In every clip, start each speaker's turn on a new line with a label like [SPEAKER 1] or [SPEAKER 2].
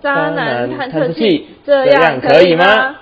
[SPEAKER 1] 渣男
[SPEAKER 2] 渣
[SPEAKER 1] 探
[SPEAKER 2] 男
[SPEAKER 1] 测
[SPEAKER 2] 探测器
[SPEAKER 1] 这
[SPEAKER 2] 这
[SPEAKER 1] 样
[SPEAKER 2] 样
[SPEAKER 1] 可
[SPEAKER 2] 可
[SPEAKER 1] 以
[SPEAKER 2] 以
[SPEAKER 1] 吗
[SPEAKER 2] 吗？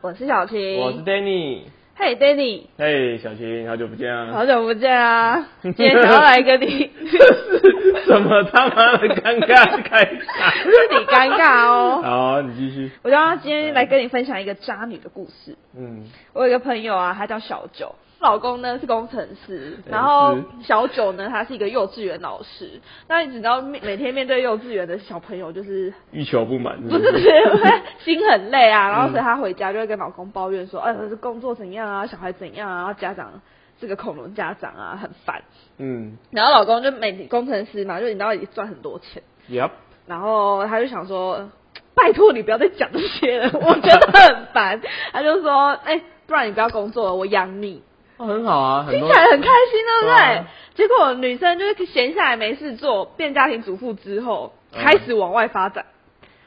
[SPEAKER 1] 我是小晴，
[SPEAKER 2] 我是 Danny，
[SPEAKER 1] 嘿、Danny，
[SPEAKER 2] 嘿，小琴，好久不见啊！
[SPEAKER 1] 好久不见啊！ 今天想要来跟你，
[SPEAKER 2] 是什么他妈的尴尬开场？
[SPEAKER 1] 是你尴尬哦。
[SPEAKER 2] 好，你继续。
[SPEAKER 1] 我就要今天来跟你分享一个渣女的故事。
[SPEAKER 2] 嗯，
[SPEAKER 1] 我有一个朋友啊，她叫小九，老公呢是工程师，
[SPEAKER 2] 对
[SPEAKER 1] 然后
[SPEAKER 2] 是
[SPEAKER 1] 小九呢，他是一个幼稚园老师。那你知道每每天面对幼稚园的小朋友，就是
[SPEAKER 2] 欲求不满是
[SPEAKER 1] 不
[SPEAKER 2] 不
[SPEAKER 1] 是不是
[SPEAKER 2] 是？
[SPEAKER 1] 会心很累啊，然后所以她回家就会跟老公抱怨说，哎，我这工作怎样啊，小孩怎样啊，然后家长这个恐龙家长啊，很烦。
[SPEAKER 2] 嗯
[SPEAKER 1] 然后老公就每工程师嘛，就你知道也赚很多钱，
[SPEAKER 2] ，Yep，
[SPEAKER 1] 然后他就想说，嗯拜托你不要再讲这些了，我觉得很烦。他就说，哎、不然你不要工作了，我养你，
[SPEAKER 2] 哦，很好啊，
[SPEAKER 1] 听
[SPEAKER 2] 很多
[SPEAKER 1] 起来很开心，对不对？
[SPEAKER 2] 对啊
[SPEAKER 1] 结果女生就是闲下来没事做，变家庭主妇之后，
[SPEAKER 2] 嗯
[SPEAKER 1] 开始往外发展，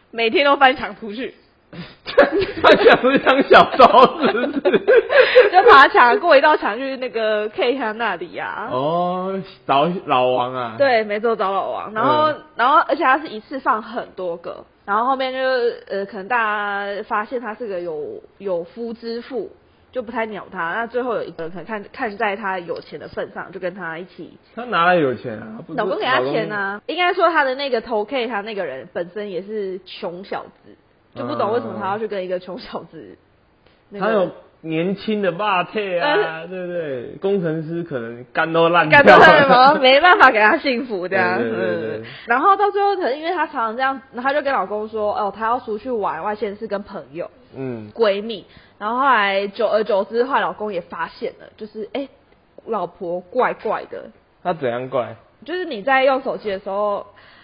[SPEAKER 1] 每天都翻墙出去。
[SPEAKER 2] 他想是想小刀是不是？
[SPEAKER 1] 就爬墙过一道墙去那个 K 他那里呀、啊。
[SPEAKER 2] 哦，老老王啊，，
[SPEAKER 1] 对，没错，找老王。然后，
[SPEAKER 2] 嗯
[SPEAKER 1] 然后，而且他是一次放很多个，然后后面就是呃，可能大家发现他是个有有夫之妇，就不太鸟他。那最后有一个人可能看看在他有钱的份上，就跟他一起，
[SPEAKER 2] 他哪来有钱啊？不是
[SPEAKER 1] 老公给他钱，
[SPEAKER 2] 嗯
[SPEAKER 1] 啊。应该说他的那个头 K 他那个人本身也是穷小子，就不懂为什么他要去跟一个穷小子。那
[SPEAKER 2] 嗯他有
[SPEAKER 1] 个
[SPEAKER 2] 年轻的霸退
[SPEAKER 1] 呃
[SPEAKER 2] 啊，对不对？工程师可能肝都烂
[SPEAKER 1] 感
[SPEAKER 2] 掉
[SPEAKER 1] 动
[SPEAKER 2] 了，
[SPEAKER 1] 什么？ 没办法给他幸福这样。
[SPEAKER 2] 对对对对
[SPEAKER 1] 嗯。然后到最后，可能因为她常常这样，然后她就跟老公说，哦，她要出去玩，外县市跟朋友、
[SPEAKER 2] 嗯，
[SPEAKER 1] 闺蜜。然后后来久而久之，后来老公也发现了，就是哎、老婆怪怪的，
[SPEAKER 2] 他怎样怪？
[SPEAKER 1] 就是你在用手机的时候。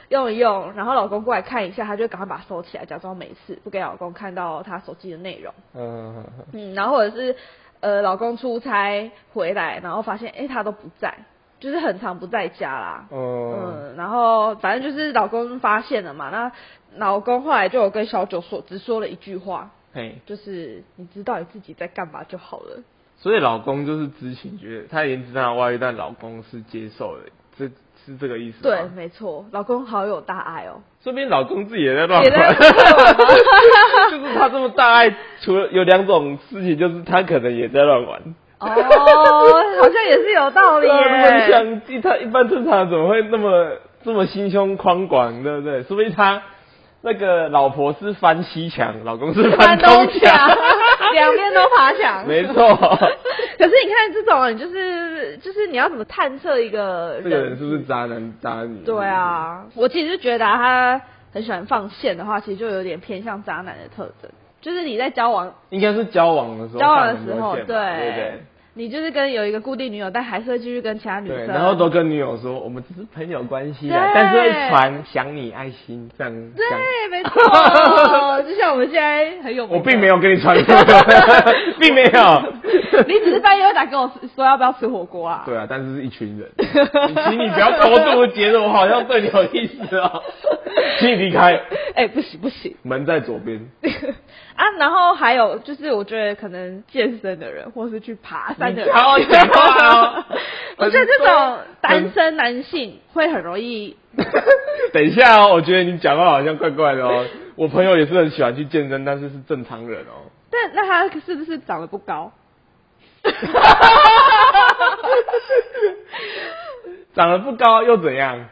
[SPEAKER 1] 用一用，然后老公过来看一下，她就赶快把它收起来，假装没事，不给老公看到她手机的内容。
[SPEAKER 2] 嗯，
[SPEAKER 1] 嗯，然后或者是呃，老公出差回来，然后发现哎、诶他都不在，就是很常不在家啦。
[SPEAKER 2] 哦，
[SPEAKER 1] 嗯，然后反正就是老公发现了嘛，那老公后来就有跟小九说，只说了一句话，
[SPEAKER 2] 嘿，
[SPEAKER 1] 就是你知道你自己在干嘛就好了。
[SPEAKER 2] 所以老公就是知情，觉得他已经知道他外遇，但老公是接受的，这是这个意思吗？
[SPEAKER 1] 对，没错，老公好有大爱哦。
[SPEAKER 2] 说明老公自己也在 乱
[SPEAKER 1] 也在
[SPEAKER 2] 管，
[SPEAKER 1] 乱管吗
[SPEAKER 2] 就是他这么大爱，除了有两种事情，就是他可能也在乱玩。
[SPEAKER 1] 哦，好像也是有道理
[SPEAKER 2] 对啊如果你
[SPEAKER 1] 耶。
[SPEAKER 2] 想，一他一般正常人怎么会那么这么心胸宽广，对不对？说明他那个老婆是翻西墙，老公是
[SPEAKER 1] 翻
[SPEAKER 2] 东
[SPEAKER 1] 东墙，两边都爬墙。
[SPEAKER 2] 没错。
[SPEAKER 1] 可是你看这种，你就是就是你要怎么探测一个
[SPEAKER 2] 这个人是不是渣男渣女？
[SPEAKER 1] 对，
[SPEAKER 2] 嗯
[SPEAKER 1] 啊，我其实觉得、啊、他很喜欢放线的话，其实就有点偏向渣男的特征，就是你在交往
[SPEAKER 2] 应该是交往的时候
[SPEAKER 1] 交往
[SPEAKER 2] 看
[SPEAKER 1] 的
[SPEAKER 2] 很
[SPEAKER 1] 时
[SPEAKER 2] 多
[SPEAKER 1] 候，
[SPEAKER 2] 线嘛，对不
[SPEAKER 1] 对
[SPEAKER 2] 对？
[SPEAKER 1] 你就是跟有一个固定女友，但还是会继续跟其他女
[SPEAKER 2] 对，
[SPEAKER 1] 生，
[SPEAKER 2] 然后都跟女友说，我们只是朋友关系啦
[SPEAKER 1] 对，
[SPEAKER 2] 但是会传想你爱心这样。这样
[SPEAKER 1] 对，没错，就像我们现在很有，
[SPEAKER 2] 我并没有，跟 你传过，并没有。
[SPEAKER 1] 你只是半夜会打给我说要不要吃火锅啊？
[SPEAKER 2] 对啊，但是是一群人，你请你不要偷渡，觉得我好像对你有意 思哦，请你离开，
[SPEAKER 1] 哎、不行不行
[SPEAKER 2] 门在左边。
[SPEAKER 1] 啊！然后还有就是，我觉得可能健身的人，或是去爬山的人，
[SPEAKER 2] 你好好讲话哦
[SPEAKER 1] 我觉得这种单
[SPEAKER 2] 很
[SPEAKER 1] 身男性会很容易
[SPEAKER 2] 等一下哦，我觉得你讲话好像怪怪的哦。我朋友也是很喜欢去健身，但是是正常人哦。
[SPEAKER 1] 但那他是不是长得不高？
[SPEAKER 2] 长得不高又怎样？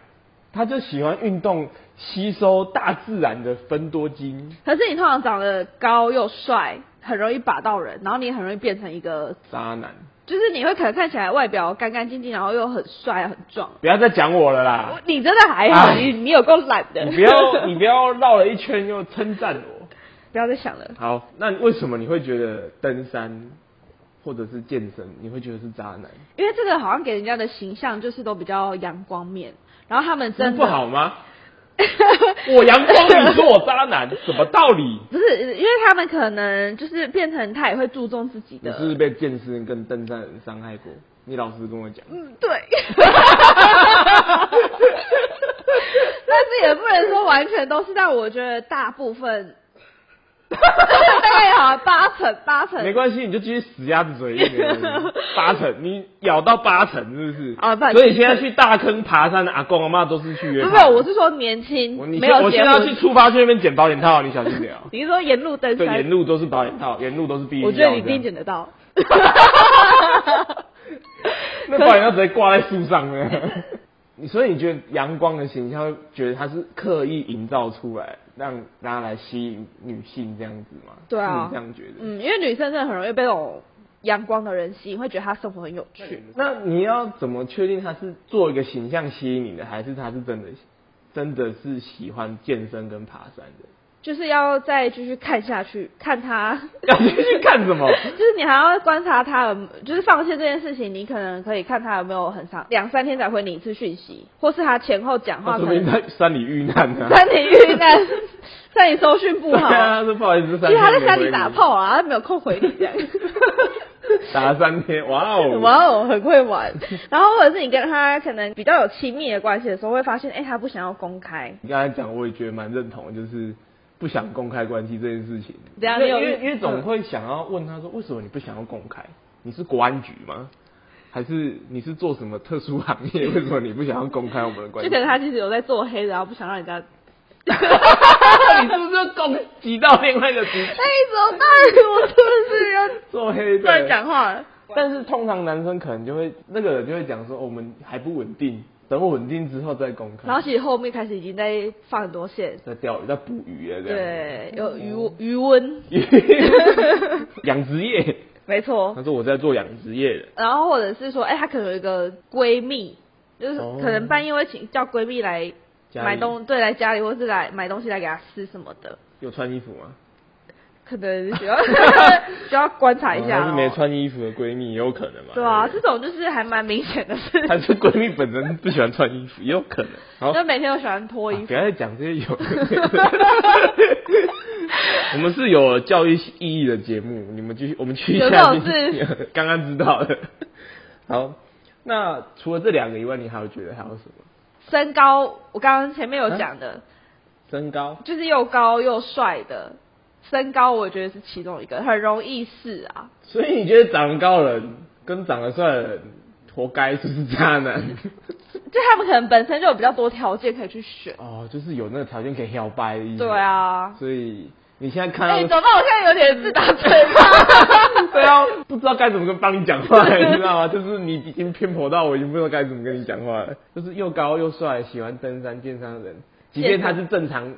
[SPEAKER 2] 他就喜欢运动，吸收大自然的分多精。
[SPEAKER 1] 可是你通常长得高又帅，很容易把到人，然后你很容易变成一个，
[SPEAKER 2] 渣男，
[SPEAKER 1] 就是你会可能看起来外表干干净净，然后又很帅很壮。
[SPEAKER 2] 不要再讲我了
[SPEAKER 1] 我
[SPEAKER 2] 啦！
[SPEAKER 1] 你真的还好，
[SPEAKER 2] 哎
[SPEAKER 1] 你你有够懒的。
[SPEAKER 2] 你不要，你不要绕了一圈又称赞我。
[SPEAKER 1] 不要再想了。
[SPEAKER 2] 好，那为什么你会觉得登山或者是健身，你会觉得是渣男？
[SPEAKER 1] 因为这个好像给人家的形象就是都比较阳光面，然后他们
[SPEAKER 2] 这
[SPEAKER 1] 真的
[SPEAKER 2] 不，好吗？我阳光，你说我渣男，什么道理？
[SPEAKER 1] 不是因为他们可能就是变成他也会注重自己
[SPEAKER 2] 你
[SPEAKER 1] 的，
[SPEAKER 2] 是不是被健身跟登山人伤害过？你老实跟我讲，
[SPEAKER 1] 嗯对， 但是也不能说完全都是，但我觉得大部分大概好八成八成。
[SPEAKER 2] 没关系，你就继续死鸭子嘴硬而已，八成，你咬到八成是不是？
[SPEAKER 1] 啊不然
[SPEAKER 2] 所以现在去大坑爬山的阿公阿妈都是去约
[SPEAKER 1] 不
[SPEAKER 2] 炮。
[SPEAKER 1] 是，我是说年轻
[SPEAKER 2] 我你
[SPEAKER 1] 没
[SPEAKER 2] 现
[SPEAKER 1] 有
[SPEAKER 2] 我
[SPEAKER 1] 结
[SPEAKER 2] 现在要去
[SPEAKER 1] 婚。
[SPEAKER 2] 出发去那边捡保险套，你小心点
[SPEAKER 1] 。
[SPEAKER 2] 哦
[SPEAKER 1] 你是说沿路登
[SPEAKER 2] 对，沿
[SPEAKER 1] 山？
[SPEAKER 2] 路都是保险套，沿路都是避孕药
[SPEAKER 1] 我
[SPEAKER 2] 这
[SPEAKER 1] 觉
[SPEAKER 2] 样。
[SPEAKER 1] 得你一定捡得到。
[SPEAKER 2] 那保险套直接挂在树上 呢。你所以你觉得阳光的形象，觉得它是刻意营造出来，让大家来吸引女性这样子吗？
[SPEAKER 1] 对啊
[SPEAKER 2] 是你这样觉得？
[SPEAKER 1] 嗯，因为女生真的很容易被那种阳光的人吸引，会觉得她生活很有趣。
[SPEAKER 2] 那你要怎么确定他是做一个形象吸引你的，还是他是真的真的是喜欢健身跟爬山的？
[SPEAKER 1] 就是要再继续看下去，看她。
[SPEAKER 2] 要继续 看什么？
[SPEAKER 1] 就是你还要观察他有，就是放线这件事情，你可能可以看他有没有很长两三天才回你一次讯息，或是他前后讲话
[SPEAKER 2] 他
[SPEAKER 1] 可
[SPEAKER 2] 哦说明
[SPEAKER 1] 能
[SPEAKER 2] 在山里遇 难呢、啊。
[SPEAKER 1] 山里遇难，山里搜讯不好，
[SPEAKER 2] 对啊，他说不好意思，
[SPEAKER 1] 因
[SPEAKER 2] 山
[SPEAKER 1] 为
[SPEAKER 2] 里
[SPEAKER 1] 他在山里打，炮啊，他没有空回你这样。
[SPEAKER 2] 打了三天，哇 哦，
[SPEAKER 1] 哇哦，很会玩。然后或者是你跟他可能比较有亲密的关系的时候，会发现，哎、他不想要公开，
[SPEAKER 2] 你刚才讲，我也觉得蛮认同，就是不想公开关系这件事情。
[SPEAKER 1] 怎样
[SPEAKER 2] 因为
[SPEAKER 1] 啊你有
[SPEAKER 2] 因为
[SPEAKER 1] 遇嗯
[SPEAKER 2] 因为总会想要问他说，为什么你不想要公开？你是国安局吗？还是你是做什么特殊行 业？为什么你不想要公开我们的关
[SPEAKER 1] 就
[SPEAKER 2] 系？
[SPEAKER 1] 可能他其实有在做黑的，然后不想让人家。
[SPEAKER 2] 你是不是攻击到另外一个主
[SPEAKER 1] 哎、怎么办？我是不是要
[SPEAKER 2] 做黑的？
[SPEAKER 1] 乱讲话了？
[SPEAKER 2] 但是通常男生可能就会那个人就会讲说、哦我们还不稳定，等我稳定之后再公开。
[SPEAKER 1] 然后其实后面开始已经在放很多线，
[SPEAKER 2] 在钓鱼，在捕鱼了这样。
[SPEAKER 1] 对，有余
[SPEAKER 2] 哦
[SPEAKER 1] 余温，
[SPEAKER 2] 养殖业，
[SPEAKER 1] 没错
[SPEAKER 2] 他。说我在做养殖业的。
[SPEAKER 1] 然后或者是说，哎、她可能有一个闺蜜，就是
[SPEAKER 2] 哦
[SPEAKER 1] 可能半夜会请叫闺蜜来
[SPEAKER 2] 家里
[SPEAKER 1] 买东，对，来家里或是来买东西来给她吃什么的，
[SPEAKER 2] 有穿衣服吗？
[SPEAKER 1] 可能 需要需要观察一下、
[SPEAKER 2] 还
[SPEAKER 1] 哦。
[SPEAKER 2] 是没。穿衣服的闺蜜也有可能嘛？
[SPEAKER 1] 对啊，
[SPEAKER 2] 不
[SPEAKER 1] 这种就是还蛮明显的
[SPEAKER 2] 对 还
[SPEAKER 1] 事，
[SPEAKER 2] 是闺蜜本身不喜欢穿衣服，也有可能。好，
[SPEAKER 1] 就每天都喜欢脱衣
[SPEAKER 2] 啊
[SPEAKER 1] 服。
[SPEAKER 2] 不要再讲这些有。 我们是有教育意义的节目，你们继续，我们去一
[SPEAKER 1] 有
[SPEAKER 2] 下
[SPEAKER 1] 这种事。
[SPEAKER 2] 刚刚知道的。好，那除了这两个以外，你还有觉得还有什么？
[SPEAKER 1] 身高，我刚刚前面有讲的，
[SPEAKER 2] 身高，
[SPEAKER 1] 就是又高又帅的，身高我觉得是其中一个，很容易是啊。
[SPEAKER 2] 所以你觉得长得高的人跟长得帅的人，活该就是渣男。
[SPEAKER 1] 就他们可能本身就有比较多条件可以去选。
[SPEAKER 2] 哦，就是有那个条件可以摇摆的意思。
[SPEAKER 1] 对。啊，
[SPEAKER 2] 所以你现在看
[SPEAKER 1] 哎、
[SPEAKER 2] 到
[SPEAKER 1] 怎么办？我现在有点自打嘴 巴。
[SPEAKER 2] 对啊，不知道该怎么跟帮你讲 话，你知道吗？就是你已经偏颇到我已经不知道该怎么跟你讲话了。就是又高又帅，喜欢登山健山的人，即便他是正常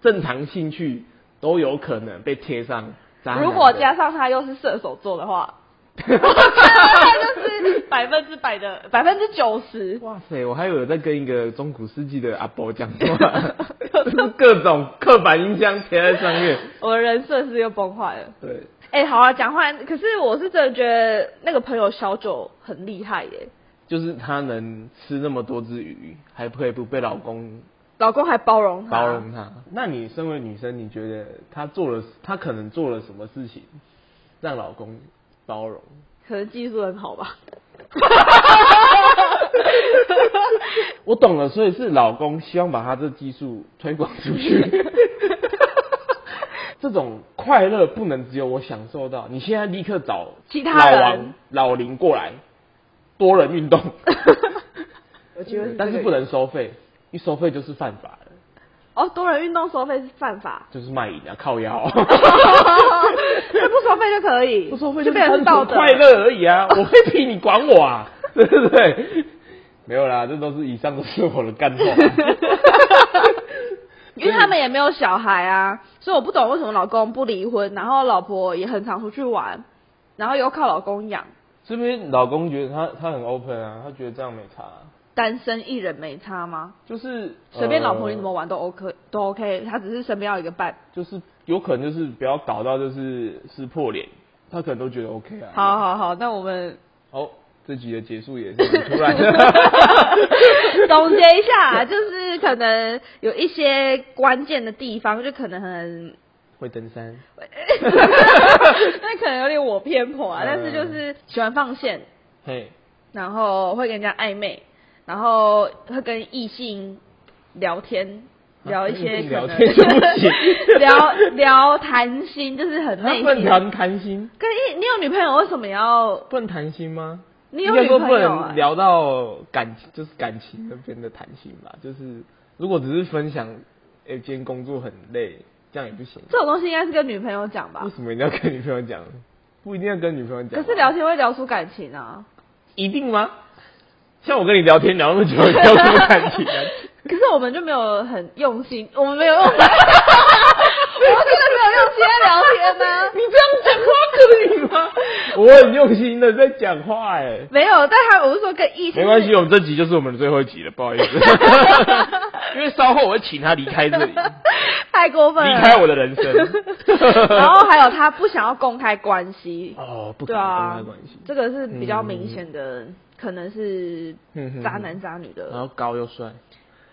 [SPEAKER 2] 正常兴趣，都有可能被贴上渣男的。
[SPEAKER 1] 如果加上他又是射手座的 话，我觉得他就是百分之百的百分之九十。
[SPEAKER 2] 哇塞，我还有在跟一个中古世纪的阿伯讲话，就是各种刻板印象贴在上面。
[SPEAKER 1] 我的人设是又崩坏了。
[SPEAKER 2] 对，
[SPEAKER 1] 哎、好啊，讲话。可是我是真的觉得那个朋友小九很厉害耶，
[SPEAKER 2] 就是他能吃那么多只鱼，还可以不被老公
[SPEAKER 1] 老公还包容他，
[SPEAKER 2] 包容他。那你身为女生，你觉得她做了，她可能做了什么事情让老公包容？
[SPEAKER 1] 可能技术很好 吧？
[SPEAKER 2] 我懂了，所以是老公希望把他这技术推广出 去。这种快乐不能只有我享受到，你现在立刻找
[SPEAKER 1] 其他人
[SPEAKER 2] 老王、老林过来，多人 运动，
[SPEAKER 1] 我觉得
[SPEAKER 2] 但是不能收费，一收费就是犯法了，，
[SPEAKER 1] 哦，多人运动收费是犯法
[SPEAKER 2] 就是卖淫啊，靠腰。
[SPEAKER 1] 那不收费就可以，
[SPEAKER 2] 不收费
[SPEAKER 1] 就变成
[SPEAKER 2] 单
[SPEAKER 1] 是道
[SPEAKER 2] 纯
[SPEAKER 1] 德
[SPEAKER 2] 快乐而 已啊！我会批你管我啊， 对不对？没有啦，这都是以上都是我的干 话。
[SPEAKER 1] 因为他们也没有小孩啊，所以我不懂为什么老公不离婚，然后老婆也很常出去玩，然后又靠老公养，
[SPEAKER 2] 是不是老公觉得他他很 open 啊？他觉得这样没差啊、
[SPEAKER 1] 单身一人没差吗？
[SPEAKER 2] 就是
[SPEAKER 1] 随便
[SPEAKER 2] 呃
[SPEAKER 1] 老婆你怎么玩都 OK，都 OK，他只是身边要有一个伴。
[SPEAKER 2] 就是有可能就是不要搞到就是撕破脸，他可能都觉得 OK 啊。
[SPEAKER 1] 好好好，那我们
[SPEAKER 2] 好，这集的结束也是蛮突然的。
[SPEAKER 1] 总结一下，就是可能有一些关键的地方，就可能很，
[SPEAKER 2] 会登山，
[SPEAKER 1] 那可能有点我偏颇啊，但是就是喜欢放线，
[SPEAKER 2] 嘿，
[SPEAKER 1] 然后会跟人家暧昧，然后会跟异性聊天，
[SPEAKER 2] 啊
[SPEAKER 1] 聊一些可
[SPEAKER 2] 聊
[SPEAKER 1] 能，
[SPEAKER 2] 天就不行
[SPEAKER 1] 聊聊谈心，就是很
[SPEAKER 2] 啊
[SPEAKER 1] 内
[SPEAKER 2] 不能
[SPEAKER 1] 心。
[SPEAKER 2] 谈谈心，
[SPEAKER 1] 可是你你有女朋友，为什么要？
[SPEAKER 2] 不能谈心吗？
[SPEAKER 1] 你
[SPEAKER 2] 应
[SPEAKER 1] 有
[SPEAKER 2] 该
[SPEAKER 1] 女
[SPEAKER 2] 说
[SPEAKER 1] 朋
[SPEAKER 2] 不
[SPEAKER 1] 友、
[SPEAKER 2] 能
[SPEAKER 1] 啊？
[SPEAKER 2] 聊到感情，就是感情那边的谈心吧。就是如果只是分享，哎、今天工作很累，这样也不行。
[SPEAKER 1] 这种东西应该是跟女朋友讲吧
[SPEAKER 2] 为。什么一定要跟女朋友讲？不一定要跟女朋友讲
[SPEAKER 1] 啊可
[SPEAKER 2] 啊。
[SPEAKER 1] 是聊天会聊出感情啊。
[SPEAKER 2] 一定吗？像我跟你聊天聊那么久，聊什么感情啊？
[SPEAKER 1] 可是我们就没有很用心，我们没有用心，我们真的没有用心在聊天啊呢、
[SPEAKER 2] 你这样讲话可以吗？我很用心的在讲话哎、
[SPEAKER 1] 没有，但他我是说跟异性
[SPEAKER 2] 没关系，我们这集就是我们的最后一集了，不好意 思，因为稍后我会请他离开这里，离
[SPEAKER 1] 太过分了，
[SPEAKER 2] 开我的人 生。
[SPEAKER 1] 然后还有他不想要公开关系，
[SPEAKER 2] 哦，不可
[SPEAKER 1] 对
[SPEAKER 2] 能
[SPEAKER 1] 啊
[SPEAKER 2] 跟他关系，，
[SPEAKER 1] 这个是比较明显的，可能是
[SPEAKER 2] 嗯哼
[SPEAKER 1] 渣男渣女的。
[SPEAKER 2] 然后高又帅，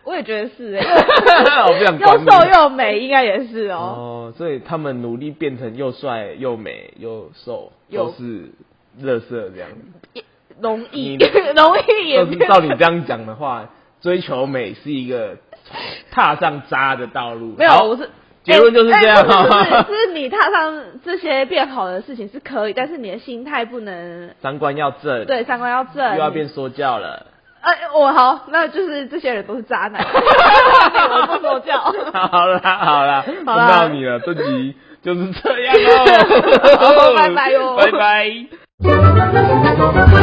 [SPEAKER 1] 我也觉得是、 欸，
[SPEAKER 2] 我不想
[SPEAKER 1] 又
[SPEAKER 2] 管你
[SPEAKER 1] 瘦又美，应该也是哦、
[SPEAKER 2] 哦，所以他们努力变成又帅又美又瘦，
[SPEAKER 1] 又
[SPEAKER 2] 都是乐色这样子。
[SPEAKER 1] 容易
[SPEAKER 2] 你
[SPEAKER 1] 容易也
[SPEAKER 2] 要是
[SPEAKER 1] 变
[SPEAKER 2] 照你这样讲的话， 追求美是一个踏上渣的道路。
[SPEAKER 1] 没有
[SPEAKER 2] 好，
[SPEAKER 1] 我是。
[SPEAKER 2] 结论就是
[SPEAKER 1] 哎
[SPEAKER 2] 这样啊
[SPEAKER 1] 哎不是
[SPEAKER 2] 哈
[SPEAKER 1] 不是，是你踏上这些变好的事情是可以，但是你的心态不能
[SPEAKER 2] 三观要正，，
[SPEAKER 1] 对三观要正，
[SPEAKER 2] 又要变说教了。
[SPEAKER 1] 哎，我好，那就是这些人都是渣男， 我不说教。
[SPEAKER 2] 好啦好啦，轮
[SPEAKER 1] 好啦
[SPEAKER 2] 到你了，这集就是这样
[SPEAKER 1] 好
[SPEAKER 2] 哦。
[SPEAKER 1] 拜拜哟哦
[SPEAKER 2] 拜拜。
[SPEAKER 3] Thank you.